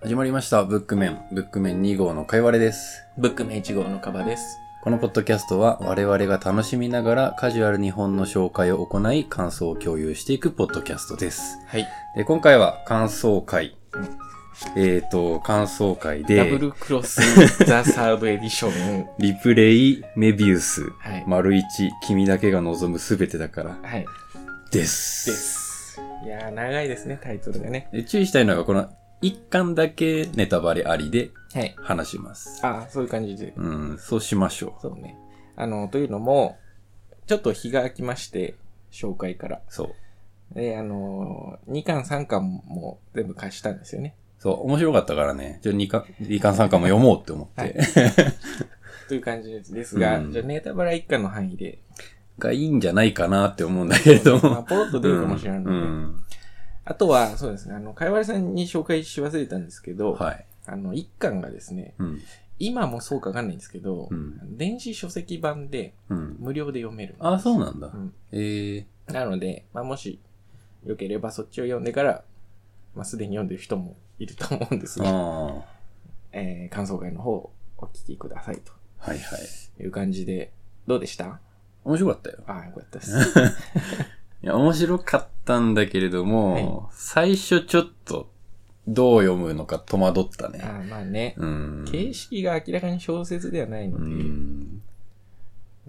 始まりました。ブックメン。ブックメン2号のかいわれです。ブックメン1号のカバです。このポッドキャストは我々が楽しみながらカジュアル日本の紹介を行い感想を共有していくポッドキャストです。はい。で今回は感想会。えっ、ー、と、感想会ダブで、ルクロ ス・ザ・サードエディション。リプレイ、メビウス、はい。丸一、君だけが望むすべてだから、はい。です。です。いやー、長いですね、タイトルがね。で注意したいのが、この一巻だけネタバレありではい。話します。ああ、そういう感じで。うん、そうしましょう。そうね。あの、というのも、ちょっと日が空きまして、紹介から。そう。で、あのー、2巻3巻も全部貸したんですよね。そう、面白かったからね。じゃあ2巻、2巻3巻も読もうって思って。はいという感じですですが、うんじゃあネタバラ1巻の範囲で、がいいんじゃないかなって思うんだけれどまあ、も。ポロッと出るかもしれないのうで、ん。あとは、そうですね、あの、かいわれさんに紹介し忘れたんですけうど、んはい。あの、1巻がですね、うん。今もそうかわかんないんですけど、うん。電子書籍版でうん。無料で読める。あ、そうなんだ。うんええなので、まあ、もし、よければそっちを読んでから、まあ、すでに読んでる人もいると思うんですが、ああ。えー、感想会の方をお聞きくださいはいはい。という感じで、どうでした面白かったよ。ああ、よかったです。 いや、面白かったんだけれども、最初ちょっと、どう読むのか戸惑ったああね。まあね、うん。形式が明らかに小説ではないのうで、ん。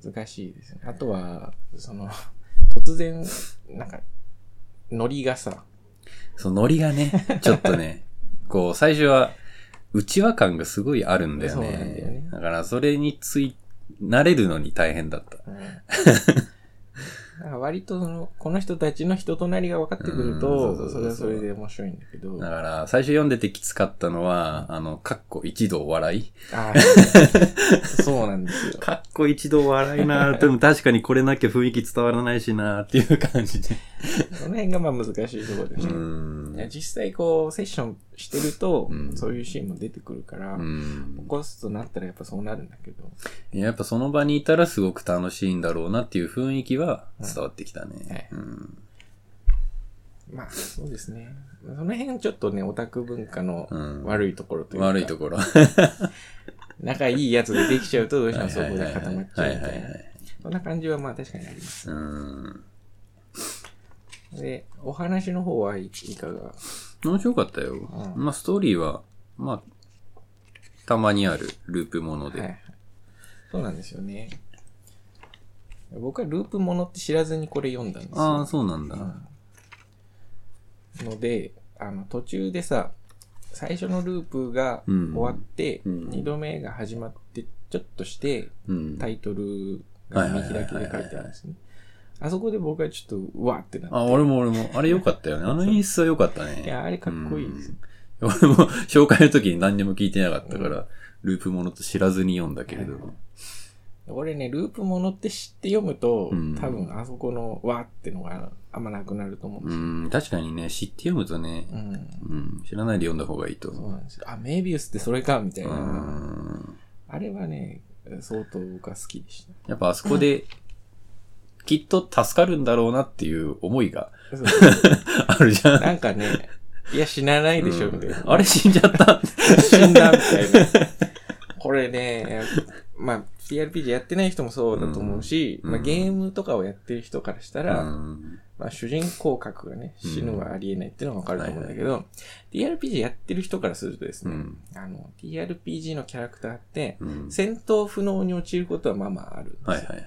難しいですね。あとは、その、突然、なんか、ノリがさ、そのノリが ね、ちょっとね、こう、最初は、内輪感がすごいあるんだよね。そうなんだよねだから、それについ、慣れるのに大変だった。うんなん か割とその、この人たちの人となりが分かってくるうんそうそと、そうれそうそはうそれで面白いんだけど。だあから、最初読んでてきつかったのは、あの、かっこ一度笑い。あ ー、そうなんですよ。かっこ一度笑い なでも確かにこれなきゃ雰囲気伝わらないしなっていう感じで。その辺がまあ難しいところでうすね。んいや。実際こう、セッションしてると、うんそういうシーンも出てくるから、うん起こすとなったらやっぱそうなるんだけど。いややっぱその場にいたらすごく楽しいんだろうなっていう雰囲気は伝わってきたね。うん。まあ、そうですね。その辺ちょっとね、オタク文化のうん悪いところというか、悪いところ。仲いいやつでできちゃうとどうしてもそこで固まっちゃはういみはいたはいいはな。い。そんな感じはまあ確かにあります。うん。で、お話の方はいいかが面白かったよ。うんまあ、ストーリーは、まあ、たまにあるループもので。はいはい、そうなんですよね。僕はループものって知らずにこれ読んだんですよ。ああ、そうなんだ。うんので、あの、途中でさ、最初のループがうん終わって、う二ん2度目が始まって、ちょっとして、うん。タイトルが見開きで書いてあるんですね。あそこで僕はちょっと、うわってなって。あ、俺も俺も。あれ良かった よね。あの演出は良かったね。いや、あれかっこいいです。うん俺も紹介の時に何にも聞いてなかったから、ループものと知らずに読んだけれども。俺ね、ループものって知って読むと、うん多分あそこのわーってのがあんまなくなると思ううんですん、確よ。かにね、知って読むとね、うん。うん、知らないで読んだ方がいいとそ思。うなんですよ。あ、メビウスってそれか、みたいううな。ん。あれはね、相当僕は好きでしやっぱあそこで、きっと助かるんだろうなっていう思いがた。そうあるじゃん。なんか ね、いや、死なないでしょ、みたいな。あれ死んじゃった死んだ、みたいな。これね、まあ、TRPG やってない人もそうだと思うし、うんまあ、ゲームとかをやってる人からしたら、うんまあ、主人公格がね、うん死ぬはありえないっていうのはわかると思うんだけど、TRPG やってる人からするとですね、うんあの、TRPG のキャラクターって、うん戦闘不能に陥ることはまあまああるんですよ。はいはいはい。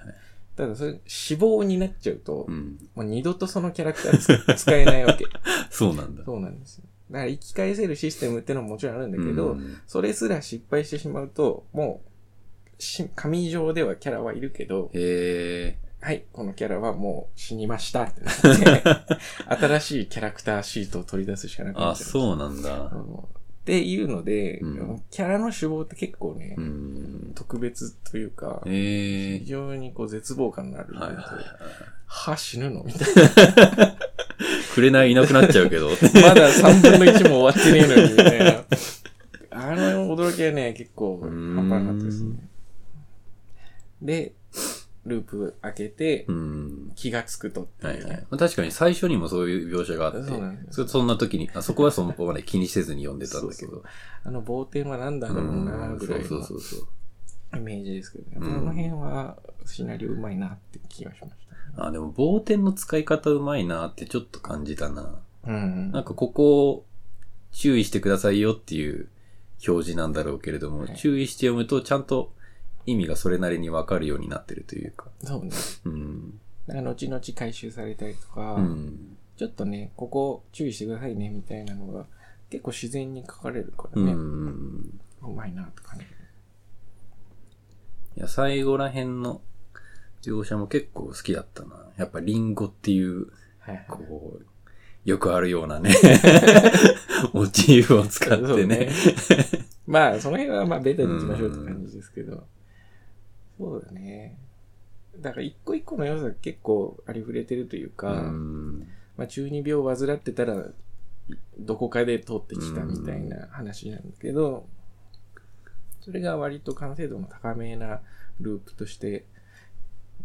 ただ、それ、死亡になっちゃうと、うん。もう二度とそのキャラクタ ーつ使えないわけ。そうなんだ。そうなんですよ。だから、生き返せるシステムってのももちろんあるんだけど、うんそれすら失敗してしまうと、もう、し紙上ではキャラはいるけど、へえ。はい、このキャラはもう死にましたって なって、新しいキャラクターシートを取り出すしかなくなあ、っちゃう。そうなんだ。うんっていうので、うんキャラの死亡って結構ね、うん。特別というか、へ非え。常にこう絶望感のあるイベンはトいで。はいはい。は、死ぬのみたいくれないいなくなっちゃうけど。な。まだ3分の1も終わってねえのに、みたいな。あの驚きはね、結構半端なかったですね。で、ループ開けて う、ん。気がつくとってはいいうはいね。。まあ確かに最初にもそういう描写があって、そうなんですそそんな時に、あそこはそこまで気にせずに読んでたんだけど。あの、冒険は何だろうな、うんぐそらういそうのそうそう。イメージですけどね。うこんの辺は、シナリオうまいなって気がしました。あ、でも、棒点の使い方うまいなってちょっと感じたな。うんなんか、ここを注意してくださいよっていう表示なんだろうけれども、はい注意して読むとちゃんと意味がそれなりにわかるようになってるというか。そうね。うん。なんか後々回収されたりとか、うん。ちょっとね、ここ注意してくださいね、みたいなのが、結構自然に書かれるからうね、ん。うまいなって感じ。いや、最後ら辺の描写も結構好きだったな。やっぱ、リンゴっていう、はいはい。こう、よくあるよう なね、モチーフを使ってね。そうね まあ、その辺はまあ、ベタに行きましょうって感じですけど。そうだね。だから、一個一個の良さが結構ありふれてるといううか、んまあ、中二病を患ってたら、どこかで通ってきたみたいな話なんだけど、それが割と完成度の高めなループとして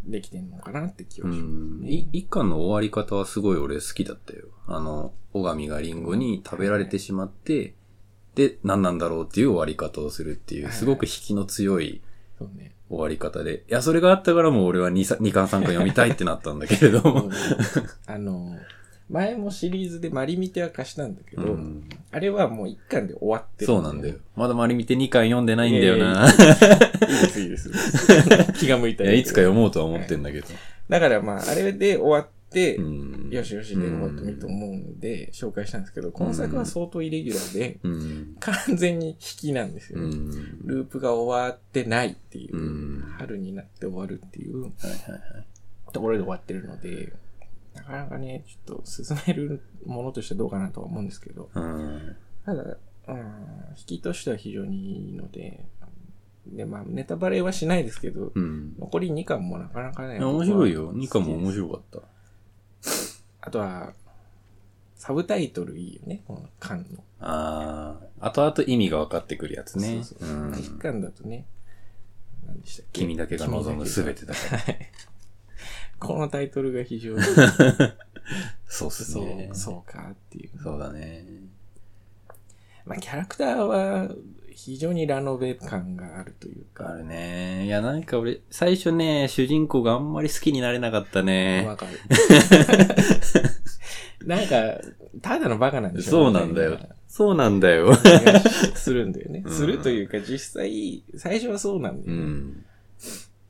できてんのかなって気うはしますん。ね。い一巻の終わり方はすごい俺好きだったよ。あの、小神がリンゴに食べられてしまって、で、何なんだろうっていう終わり方をするっていう、はいすごく引きの強いそう ね。終わり方で。いや、それがあったからもう俺は 2, 2巻3巻読みたいってなったんだけれど そうも。ねあの、前もシリーズでマリミテは貸したんだけうど、ん、あれはもう一巻で終わってるそうなんだよ。。まだ周り見て2巻読んでないんだよな。いいです、いいです。 気が向いたいらや、いつかよ。読もうとは思ってんだけど。だからまあ、あれで終わって、うんよしよしで終わってもいいと思うんで、紹介したんですけど、今作は相当イレギュラーで、うん。完全に引きなんですよ、うねん。ループが終わってないっていう、うん春になって終わるっていうはいはいはい。ところで終わってるので、なかなかね、ちょっと進めるものとしてどうかなとは思うんですけど、うん。ただ、うん、引きとしては非常にいいので、で、まあ、ネタバレはしないですけど、うん。残り2巻もなかなかね、面白いよ。僕はニカも面好きです白かった。あとは、サブタイトルいいよね、この巻の。ああ、後々意味が分かってくるやつね。そううそうそう。1ん。巻だとね、何でしたっけ君だけが望むすべ。てだから。このタイトルが非常に、そうっす そうね、。そうかっていう。そうだね。まあ、キャラクターは非常にラノベ感があるというあか、るね。いや、なんか俺、最初ね、主人公があんまり好きになれなかったね。わかる。 なんか、ただのバカなんでしそょうなんだよ。そうなんだ よ。みたいな気がするんだよね。うんするというか、実際、最初はそうなんだうよね。ん。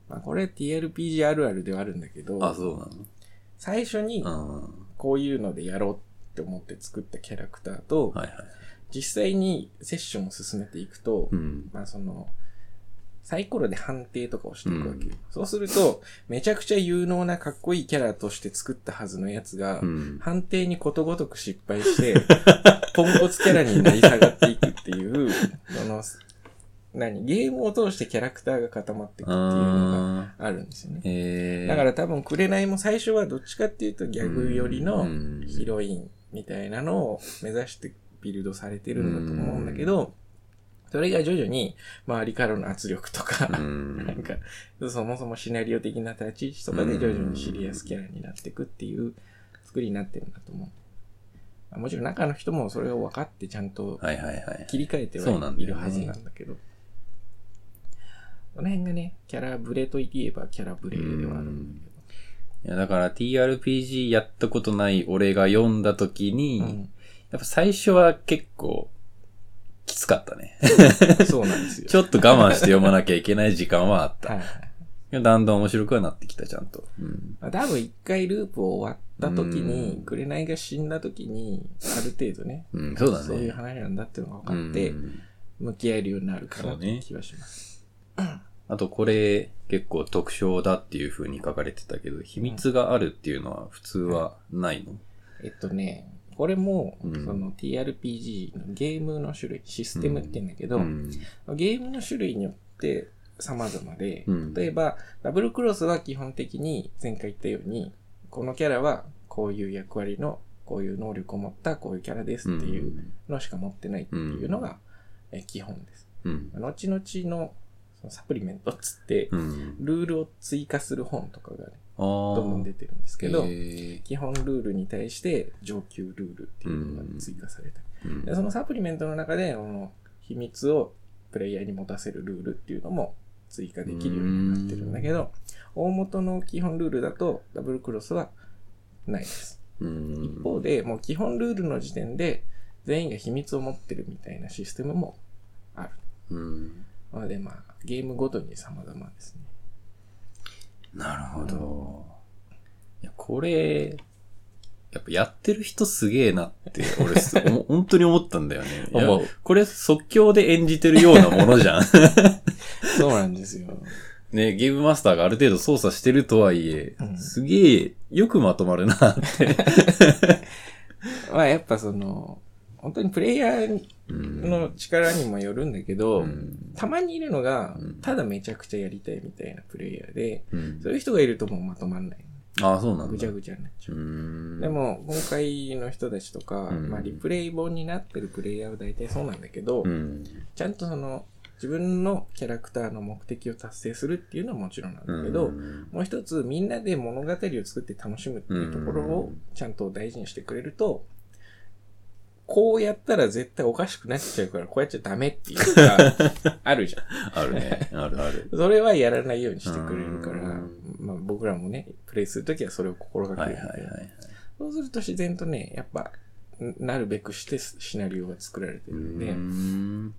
まあ、これ TRPG あるあるではあるんだけど、あ、そう最初になのうん。こういうのでやろうって思って作ったキャラクターと、はいはい。実際にセッションを進めていくと、うん。まあその、サイコロで判定とかをしていくわけよ。うんそうすると、めちゃくちゃ有能なかっこいいキャラとして作ったはずのやつが、うん。判定にことごとく失敗 して、ポンコツキャラになり下がっていくっていう、その、何、ゲームを通してキャラクターが固まっていくっていうのあがあるんですよね。ーへえ。だから多分、紅も最初はどっちかっていうとギャグ寄りうのんヒロインみたいなのを目指してビルドされてるんだと思うんだけど、それが徐々に周りからの圧力とか、うなんんか、そもそもシナリオ的な立ち位置とかで徐々にシリアスキャラになっていくっていう作りになってるんだと思う。もちろん中の人もそれを分かってちゃんとはいはいはい。切り替えてそうなはんだいよねるはずなんだけど。この辺がね、キャラブレと言えばキャラブレではあるんだけど。いや、だから TRPG やったことない俺が読んだ時に、やっぱ最初は結構、きつかったね。うんそうなんですよ。 ちょっと我慢して読まなきゃいけない時間はあった。はいだんだん面白くはなってきた、ちゃんと。うん。まあ多分一回ループを終わった時うにん、紅が死んだ時に、ある程度ね、うん、そうだね。そういう話なんだっていうのが分かってう、ん向き合えるようになるかなっそうねて気はします。あと、これ、結構特徴だっていう風に書かれてたけど、秘密があるっていうのは普通はないの、えっとね、これも、うんその TRPG のゲームの種類、システムって言うんだけど、うん。ゲームの種類によって様々で、うん例えば、ダブルクロスは基本的に前回言ったように、このキャラはこういう役割の、こういう能力を持ったこういうキャラですっていうのしか持ってないっていうのが、え基本です。うん。後々の、そそのサプリメントっつって、うん。ルールを追加する本とかがね、ああ。どんどん出てるんですけど、へー基本ルールに対して上級ルールっていうのが追加されたりうんでそのサプリメントの中で、この秘密をプレイヤーに持たせるルールっていうのも追加できるようになってるんだけど、大元の基本ルールだとダブルクロスはないです。うん一方で、もう基本ルールの時点で全員が秘密を持ってるみたいなシステムもある。うん。なので、まあ、ゲームごとに様々ですね。なるほど。いや、これ、やっぱやってる人すげえなって、俺す、 おも本当に思ったんだよね。いや思うこれ即興で演じてるようなものじ ゃん。そうなんですよ。ね、ゲームマスターがある程度操作してるとはいえ、うんすげえよくまとまるな って。まあ、やっぱその、本当にプレイヤーうんの力にもよるんだけど、うんたまにいるのがうん、ただめちゃくちゃやりたいみたいなプレイヤーで、うんそういう人がいるともうまとまんない。ああ、そうなんだ。ぐちゃぐちゃになっちゃうーう。んで、も、今回の人たちとか、うんまあ、リプレイ本になってるプレイヤーは大体そうなんだけど、うん。ちゃんとその、自分のキャラクターの目的を達成するっていうのはもちろんなんだけど、うんもう一つ、みんなで物語を作って楽しむっていうところをちゃんと大事にしてくれると、こうやったら絶対おかしくなっちゃうから、こうやっちゃダメっていうの があるじゃん。あるね。あるあ る。それはやらないようにしてくれるからうん、まあ、僕らもね、プレイするときはそれを心がはけいるはいんで、はい。そうすると自然とね、やっぱ、んなるべくしてシナリオが作られてうるんで、ん。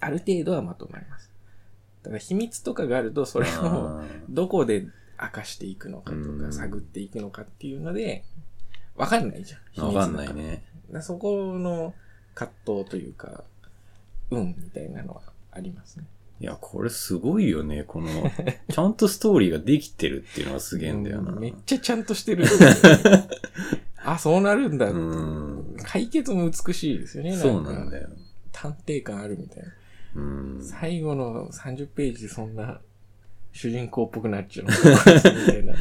ある程度はまとまります。ただ秘密とかがあると、それをあーどこで明かしていくのかとうか、ん探っていくのかっていうので、わかんないじゃん。秘密わだからんない。ね。だからそこの葛藤というか、運みたいなのはありますね。いや、これすごいよね。 この、ちゃんとストーリーができてるっていうのがすげえんだよな。めっちゃちゃんとし てる。あ、そうなるんだって。うん解決も美しいですよね。そうなんだよ。よ。探偵感あるみたいな。うん。最後の30ページでそんな主人公っぽくなっ ちゃうのみたいな。い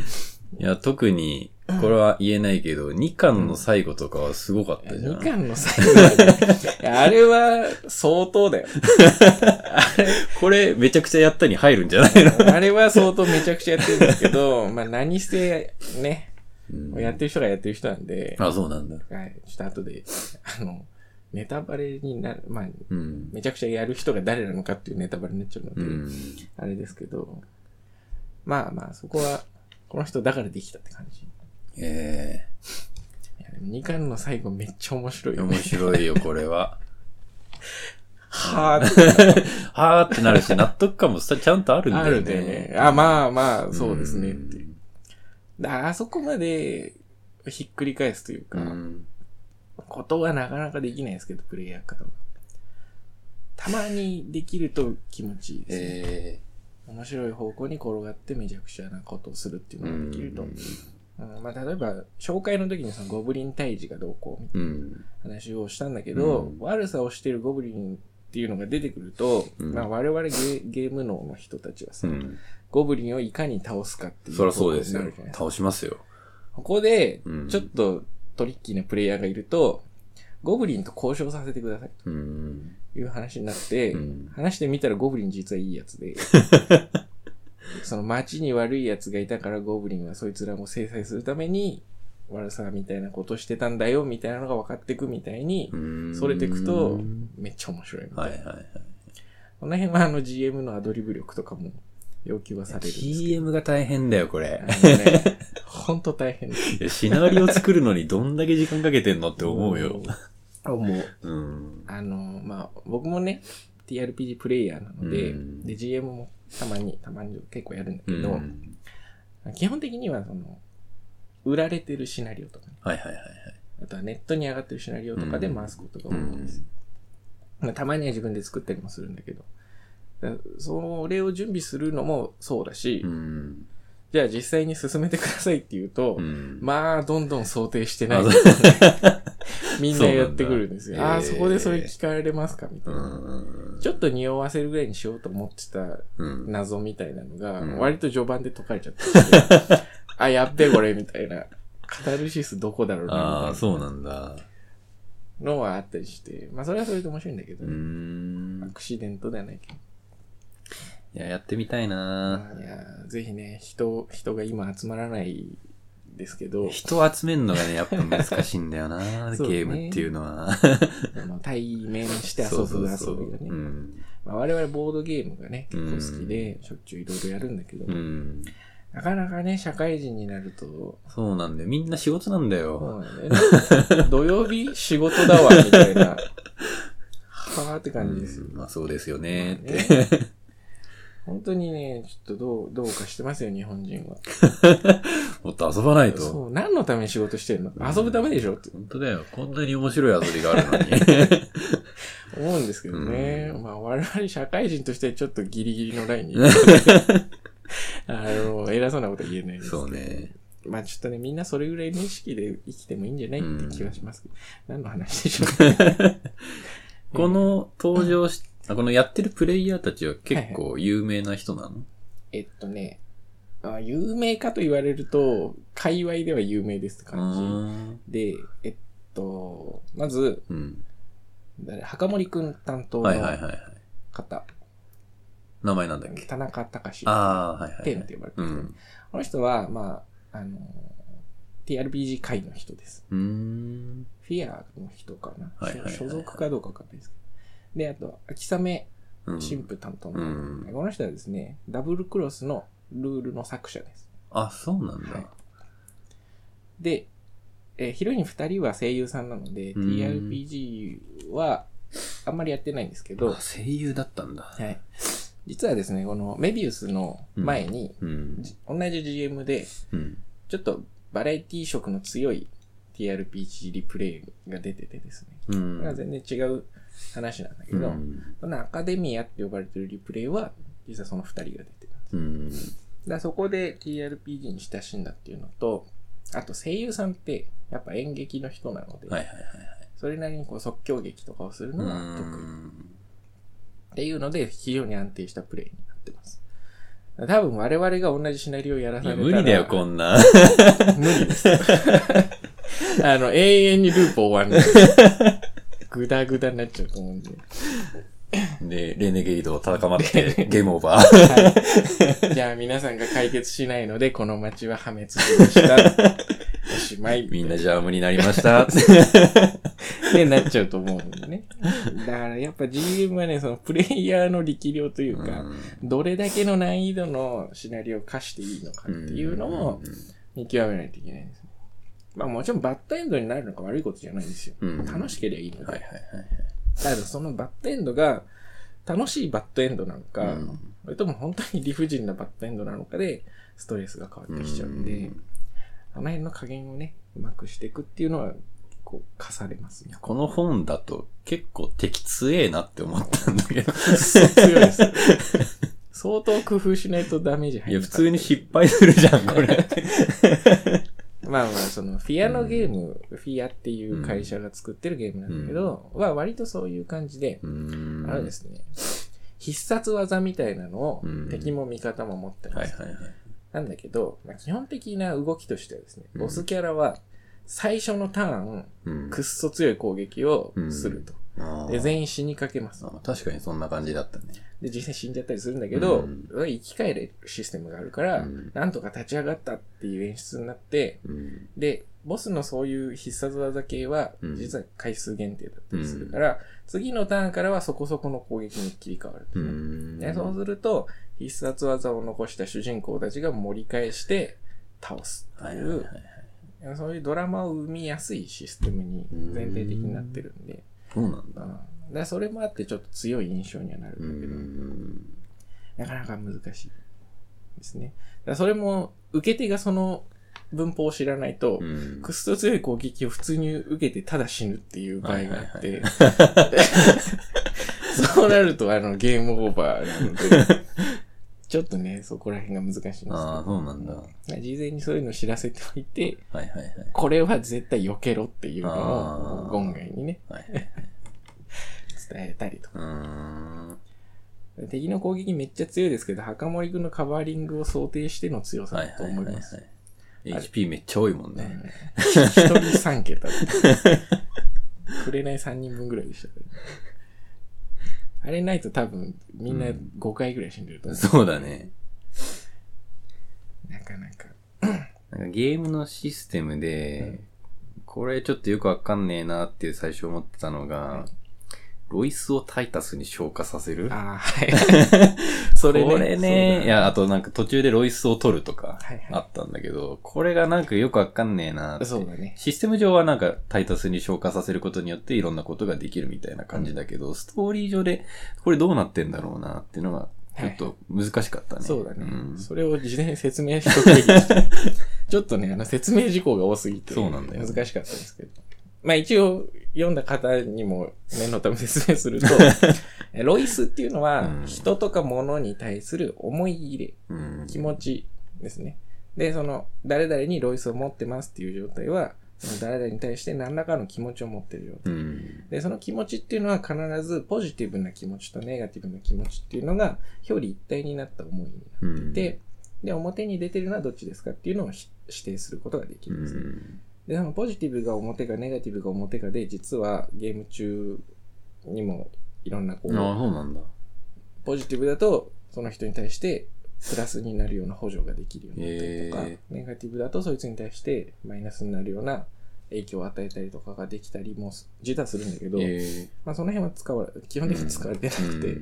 や、特に、これは言えないけど、2巻の最後とかはすごかったじゃん。 2巻の最後はねいやあれは相当だよ。これ、めちゃくちゃやったに入るんじゃないのあれは相当めちゃくちゃやってるんですけど、 まあ何せね、うん やってる人がやってる人なんで、あ、そうなんだ。はい、ちょっと後で、あの、ネタバレになる、まあ、うん。めちゃくちゃやる人が誰なのかっていうネタバレになっちゃうので、うん。あれですけど、まあまあ、そこは、この人だからできたって感じ。いえや、でも2巻の最後めっちゃ面白いえよ面ね。白いよ、これは。 はぁ、はーってなるし、納得感もさちゃんとあるんだあよね。るんだよね。あ、まあまあ、んそうですねって。だあそこまでひっくり返すといううか、ん。ことはなかなかできないですけど、プレイヤーからは。たまにできると気持ちいいですね。え面白い方向に転がってめちゃくちゃなことをするっていえううのができると。ん。うんまあ、例えば、紹介の時にそのゴブリン退治がどうこうみたいうん。な話をしたんだけど、うん悪さをしてるゴブリンっていうのが出てくると、うんまあ、我々ゲゲーム脳の人たちはうさ、ん。ゴブリンをいかに倒すかっていうそりゃそうですこよとになるじゃない。倒しますよ。ここでう、んちょっとトリッキーなプレイヤーがいると、ゴブリンと交渉させてくださいうん。という話になって、うん話してみたらゴブリン実はいい やつで、その街に悪いやつがいたからゴブリンはそいつらも制裁するために悪さみたいなことしてたんだよみたいなのが分かってくみたいに、うんそれてくとめっちゃ面白いみたいはいな。はいはい。この辺はあの GM のアドリブ力とかも要求はされるんですけ GM が大変だよ、これど。。あのね、 ほんと大変です。いやシナリオ作るのにどんだけ時間かけてんのって思うよ。あ。もう、うん。あの、まあ、僕もね、TRPG プレイヤーなので、うんで、GM もたまに、たまに結構やるんだうけど、ん。基本的にはその、売られてるシナリオとかね、はいはいはいはい。あとはネットに上がってるシナリオとかでうん回すことが多いんですよ。まあたまには自分で作ったりもするんだけど、だそれを準備するのもそうだし、うん。じゃあ実際に進めてくださいって言うと、うんまあ、どんどん想定してないあそ。みんなやってくるんですそよ。うなんだああー、へーそこでそれ聞かれますかみたいな。うんちょっと匂わせるぐらいにしようと思ってたうん。謎みたいなのが、うん割と序盤で解かれちゃったりして。 あ、やっべえこれ、みたいな。カタルシスどこだろあうな、あ、みたいそうなんだ。なのはあったりして。まあ、それはそれで面白いんだけど、うーアん。クシデントではないけど。いや、やってみたいなぁいやーぜひね、人、人が今集まらないですけど、人を集めるのがね、やっぱ難しいんだよなぁ そうねゲームっていうのは。あの対面して遊そうぶそうそ遊うびがね。うん。まあ、我々ボードゲームがね、結構好きで、しょっちゅういろいろやるんだけど、うん。なかなかね、社会人になると、そうなんだよ。みんな仕事なんだよ。そうなんだよね土曜日仕事だわ、みたいな。はぁって感じですようんまあそうですよねって。まあね本当にね、ちょっとどう、どうかしてますよ、日本人は。もっと遊ばないと。そう、何のために仕事してるのうん遊ぶためでしょって本当だよ。こんなに面白い遊びがあるのに。思うんですけどね。うまあ、我々社会人としてちょっとギリギリのラ インに。あの、偉そうなことは言えない ですけど。そうね。まあちょっとね、みんなそれぐらいの意識で生きてもいいんじゃないっうんて気はしますけど。何の話でしょうか。この登場し、あこのやってるプレイヤーたちは結構有名な人なのえっとね、あ有名かと言われると、界隈では有名ですっうて感ーんじ。で、えっと、まず、うん。誰、墓森くん担当のはい方、はいはいはい。名前なんだっけ田中隆ああ、はいはい、テはンっい。て呼ばれてうる、ん。この人は、まあ、あの、TRPG 界の人です。うーん。フィアの人かな。はいはいはいはい所属かどうかわかんないですけど。で、あと、秋雨うん神父担当の、うんこの人はですね、ダブルクロスのルールの作者です。あ、そうなんだ。はいで、えーヒロイン2人は声優さんなので、うん TRPG はあんまりやってないんですけど、あ声優だったんだ。はい、実はですね、このメビウスの前に、うん。じ同じ GM で、うん。ちょっとバラエティ色の強い TRPG リプレイが出ててですね、うこれはん。全然違う話なんだけうど、ん。そのアカデミアって呼ばれてるリプレイは、実はその2人が出てるんです。うん。だからそこで TRPG に親しんだっていうのと、あと声優さんってやっぱ演劇の人なので、はいはいはい。それなりにこう即興劇とかをするうのが得意ん。っていうので、非常に安定したプレイになってます。多分我々が同じシナリオをやらいされやたら無理だよ、こんな。無理です。あの、永遠にループ終わんない。ぐだぐだになっちゃうと思う んで。で、レネゲイドを戦って、ゲームオーバー。はい。じゃあ皆さんが解決しないので、この街は破滅しました。おしまい。みんなジャームになりました。 ってなっちゃうと思うんでね。だからやっぱ GM はね、そのプレイヤーの力量といううか、んどれだけの難易度のシナリオを課していいのかっていうのを見極めないといけないですね。まあもちろんバッドエンドになるのが悪いことじゃないんですよ。うん楽しければいいので。はいはいただそのバッドエンドが楽しいバッドエンドなのか、はい。うんそれとも本当に理不尽なバッドエンドなのかでストレスが変わってきちゃうんで、うんあの辺の加減をね、うまくしていくっていうのは、こう、課されます ね。この本だと結構敵強えなって思ったんだけど。強いです。相当工夫しないとダメージい入や、る。普通に失敗するじゃん、これ。まあまあ、その、フィアのゲーム、フィアっていう会社が作ってるゲームなんだけど、は割とそういう感じで、うんあれですね、必殺技みたいなのをうん敵も味方も持ってはまいす。はいはい。なんだけど、まあ、基本的な動きとしてはですね、うんボスキャラは最初のターン、うんくっそ強い攻撃をすると。あーで、全員死にかけます。あ確かにそんな感じだったね。で、実際死んじゃったりするんだけど、うん生き返れるシステムがあるから、うんなんとか立ち上がったっていう演出になって、うん。で、ボスのそういう必殺技系はう、ん実は回数限定だったりするから、次のターンからはそこそこの攻撃に切り替わるんですね、で、そうすると、必殺技を残した主人公たちが盛り返して倒すってはいいはいはうい、そういうドラマを生みやすいシステムに全体的になってるんで、そうなんうだ。ん、でそれもあってちょっと強い印象にはなるうんだん。けど、なかなか難しいですね。だからそれも、受け手がその文法を知らないと、うんくっそ強い攻撃を普通に受けてただ死ぬっていう場合があって、 そうなるとあのゲームオーバーな ので、ちょっとね、そこら辺が難しいんですけど。ああ、そうなんだ。は事前にそういうのを知らせておいて、いはいはい。これは絶対避けろっていうのを、あー言外にね、はいはい伝えたりとか。うーん。敵の攻撃めっちゃ強いですけど、墓森君のカバーリングを想定しての強さはだいとはい思はいいはいます。。 HP めっちゃ多いもんね。ね。一人3桁。くれない3人分ぐらいでしたからね。あれないと多分みんなうん5回ぐらい死んでると思う。そうだね。なかなか。なんかゲームのシステムで、これちょっとよくわかんねえなっていう最初思ってたのが、ロイスをタイタスに昇華させる。ああ、はい。 それね。これそうだね、いや、あとなんか途中でロイスを取るとかはいはいあったんだけど、これがなんかよくわかんねえなってそうだね。システム上はなんかタイタスに消化させることによっていろんなことができるみたいな感じだけど、ストーリー上でこれどうなってんだろうなっていうのがちょっと難しかったね。そうだね。んそれを事前に説明しとくべきで した。ちょっとね、あの、説明事項が多すぎて、そうなんだよ難しかったんですけど。まあ一応、読んだ方にも念のため説明 すると、えロイスっていうのはう、ん人とか物に対する思い入れ、うん気持ちですね。で、その、誰々にロイスを持ってますっていう状態は、その誰々に対して何らかの気持ちを持ってる状態。うん。で、その気持ちっていうのは必ずポジティブな気持ちとネガティブな気持ちっていうのが表裏一体になった思いにうなっん。て、で、表に出てるのはどっちですかっていうのをひ指定することができうるんですね。ん、で、そのポジティブが表かネガティブが表かで、実はゲーム中にもいろんなこああ、そうう、なんだ。ポジティブだとその人に対してプラスになるような補助ができるようになったりとか、へえネガティブだとそいつに対してマイナスになるような影響を与えたりとかができたりもす自他するんだけど、えまあ、その辺は使わ基本的に使われてなえく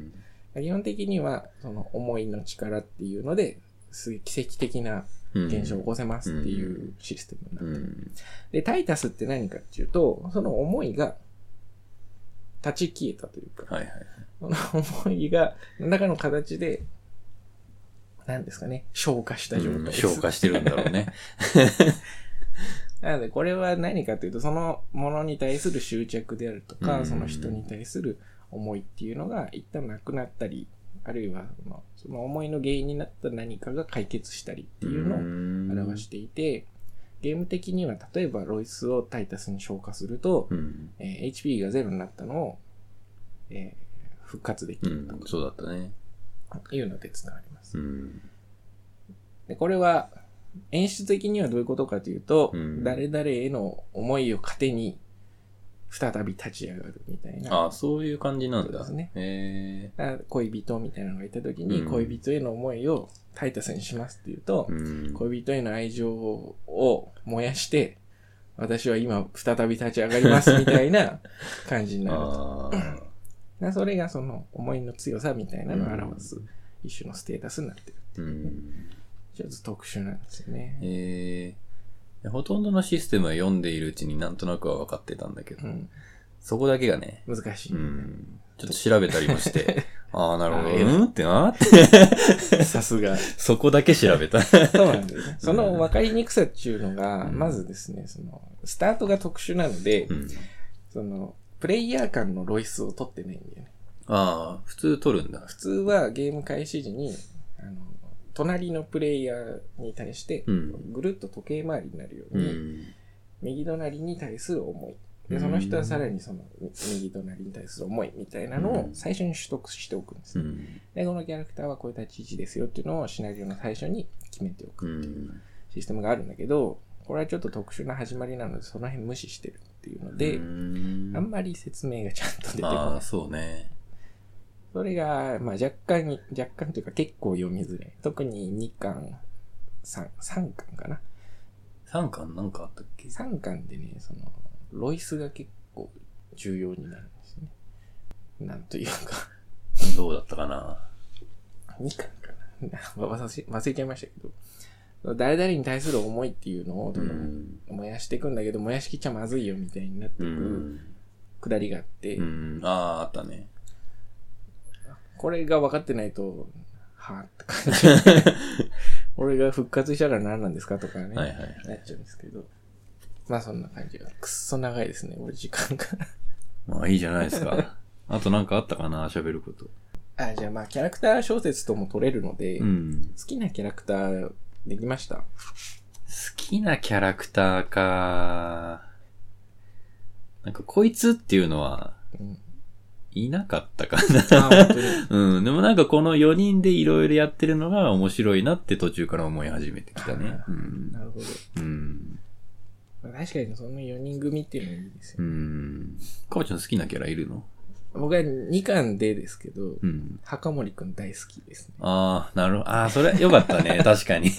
て、基本的にはその思いの力っていうのですげえ奇跡的なうん現象を起こせますっていううんシステムになうってる、ん。でタイタスって何かっていうとその思いが断ち消えたというかはいはい。その思いが何らかの形で何ですかね消化した状態うんです、消化してるんだろうね。なので、これは何かというと、そのものに対する執着であるとか、うんその人に対する思いっていうのが一旦なくなったり、あるいはそのその思いの原因になった何かが解決したりっていうのをの表していて、ゲーム的には例えばロイスをタイタスに消化すると、うん。えー HP がゼロになったのを、えー復活できうるん、そうだったね。というので伝わります。うん。でこれは演出的にはどういうことかというと、うん誰々への思いを糧に再び立ち上がるみたいな。ああ、そういう感じなんそうでだすね。えだから恋人みたいなのがいた時に、うん恋人への思いをタイタスにしますっていうとえ、うん。恋人への愛情を燃やして、私は今再び立ち上がりますみた いな感じになると。だかああ。らそれがその思いの強さみたいなのを表す一種のステータスになってる。うん。ちょっと特殊なんですよね。えー、ほとんどのシステムは読んでいるうちになんとなくは分かってたんだけど、うん、そこだけがね、難しい。うん、ちょっと調べたりもして、 ああ、なるほあど、ー偉いうんってなって、 さすが。そこだけ調 べた。そうなんですね。その分かりにくさっていうのが、うんまずですね、その、スタートが特殊なので、うん、その、プレイヤー間のロイスを取ってないんだよね。ああ、普通取るんだ。普通はゲーム開始時に、あの、隣のプレイヤーに対してう、ん。ぐるっと時計回りになるよううに、ん。右隣に対する思い。で、その人はさらにその、右隣に対する思いみたいなのをうん最初に取得しておくんですうね。ん。で、このキャラクターはこういう立ち位置ですよっていうのをシナリオの最初に決めておく。うん。システムがあるんだけど、これはちょっと特殊な始まりなので、その辺無視してるっていうので、うんあんまり説明がちゃんと出てこあなあ、い。そうね。それが、まあ若干に、若干というか結構読みづらい。特に2巻、3、3巻かな。 3巻なんかあったっけ3巻でね、その、ロイスが結構重要になるんですね。なんというか、 どうだったかな2巻かな。忘れ忘れちゃいましたけど、誰々に対する思いっていうのをうどんどんん。燃やしていくんだけど、燃やしきっちゃまずいよみたいになってういくん。くだりがあって、うん。ああー、あったね。これが分かってないと、はぁって感じ。 俺が復活したら何なんですかとかね、はいはい。なっちゃうんですけど。まあそんな感じが。くっそ長いですね、俺時間が。まあいいじゃないです か。あとなんかあったかな喋ること。あ、じゃあまあキャラクター小説とも取れるので、う好ん。きなキャラクターできました。好きなキャラクターか。なんか、こいつっていうのは、 うん、いなかったかあ、な。 本当に。うん。でもなんか、この4人でいろいろやってるのが面白いなって途中から思い始めてきたね。うんなるほど。うん。まあ確かにその4人組っていうのはいいですよう。ん。かおちゃん好きなキャラいるの僕は2巻でですけど、うん。墓森くん大好きですね。ああ、なるほど。ああ、それ、よかったね。確かに。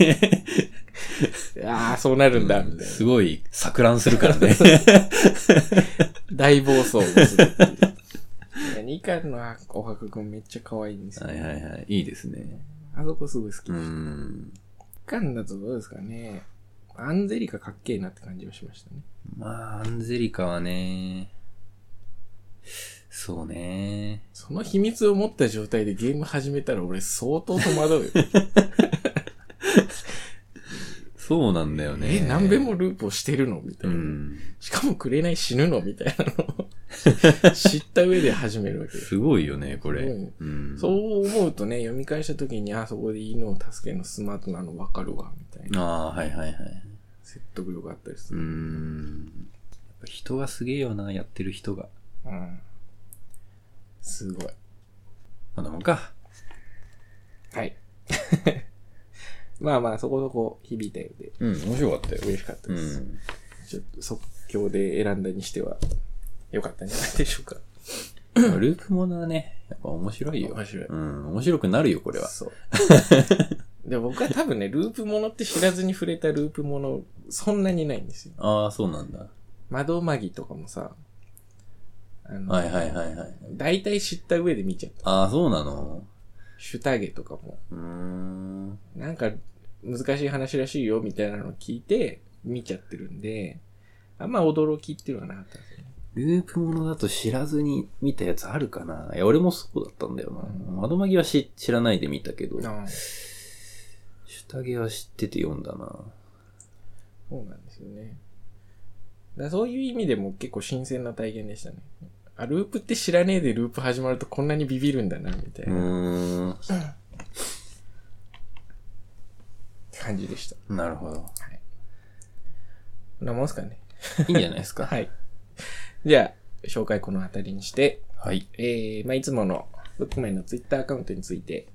ああ、そうなるんだ、みたいすごい、錯乱するからね。な。大暴走をす るっていう。2巻のお墓くんめっちゃ可愛いんですよ。はいはいはい。いいですね。あそこすごい好うきでした。ん。 1巻だとどうですかね。アンゼリカかっけえなって感じはしましたね。まあ、アンゼリカはね、そうね。その秘密を持った状態でゲーム始めたら俺相当戸惑うよ。そうなんだよね。え、何べもループをしてるのみたういな。ん。しかも紅死ぬのみたいな のを知った上で始めるわけです。すごいよね、これ。すごいうん。そう思うとね、読み返した時に、あそこで犬を助けるのスマートなの分かるわ、みたいなああ、はいはいはい。説得力があったりすうる。ん。やっぱ人がすげえよな、やってる人が。うん。すごい。こんなもんか。はい。 まあまあ、そこそこ響いたようで、うん、面白かったよ。嬉しかったうです。ん。ちょっと即興で選んだにしては、良かったんじゃないでしょうか。ループものはね、やっぱ面白いよ。面白い。うん、面白くなるよ、これは。そう。で僕は多分ね、ループものって知らずに触れたループもの、そんなにないんですよ。ああ、そうなんだ。窓マギとかもさ、あの、はいはいはいはい。大体知った上で見ちゃった。ああ、そうなの。シュタゲとかも、うーん。なんか難しい話らしいよみたいなのを聞いて見ちゃってるんで、あんま驚きっていうのはなかったんですよね。ループものだと知らずに見たやつあるかないや、俺もそうだったんだよな。う窓マギはし知らないで見たけど、ああ下着は知ってて読んだな。そうなんですよね。だからそういう意味でも結構新鮮な体験でしたね。あ、ループって知らねえでループ始まるとこんなにビビるんだな、みたいうなーん。感じでした。なるほど。こんなもんすかね。いいんじゃないです か。はい。じゃあ、紹介この辺りにして、はい。えー、まあ、いつものブックメンのツイッターアカウントについて、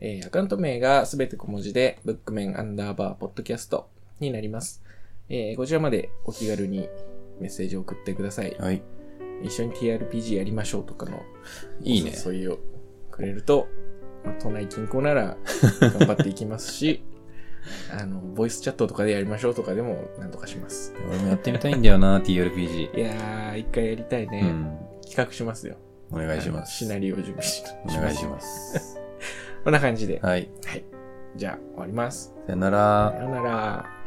えー、アカウント名がすべて小文字で、ブックメンアンダーバーポッドキャストになります。えー、こちらまでお気軽にメッセージを送ってください。はい。一緒に TRPG やりましょうとかの、いいね。そういうをくれると、まあ、都内近郊なら頑張っていきます し、あの、ボイスチャットとかでやりましょうとかでもなんとかします。俺もやってみたいんだよな、TRPG。いやー、一回やりたいね。うん。企画しますよ。お願いしまあのシす。ナリオ準備しお願いします。 こんな感じで。はい。じゃあ、終わります。さよならさ。ようなら。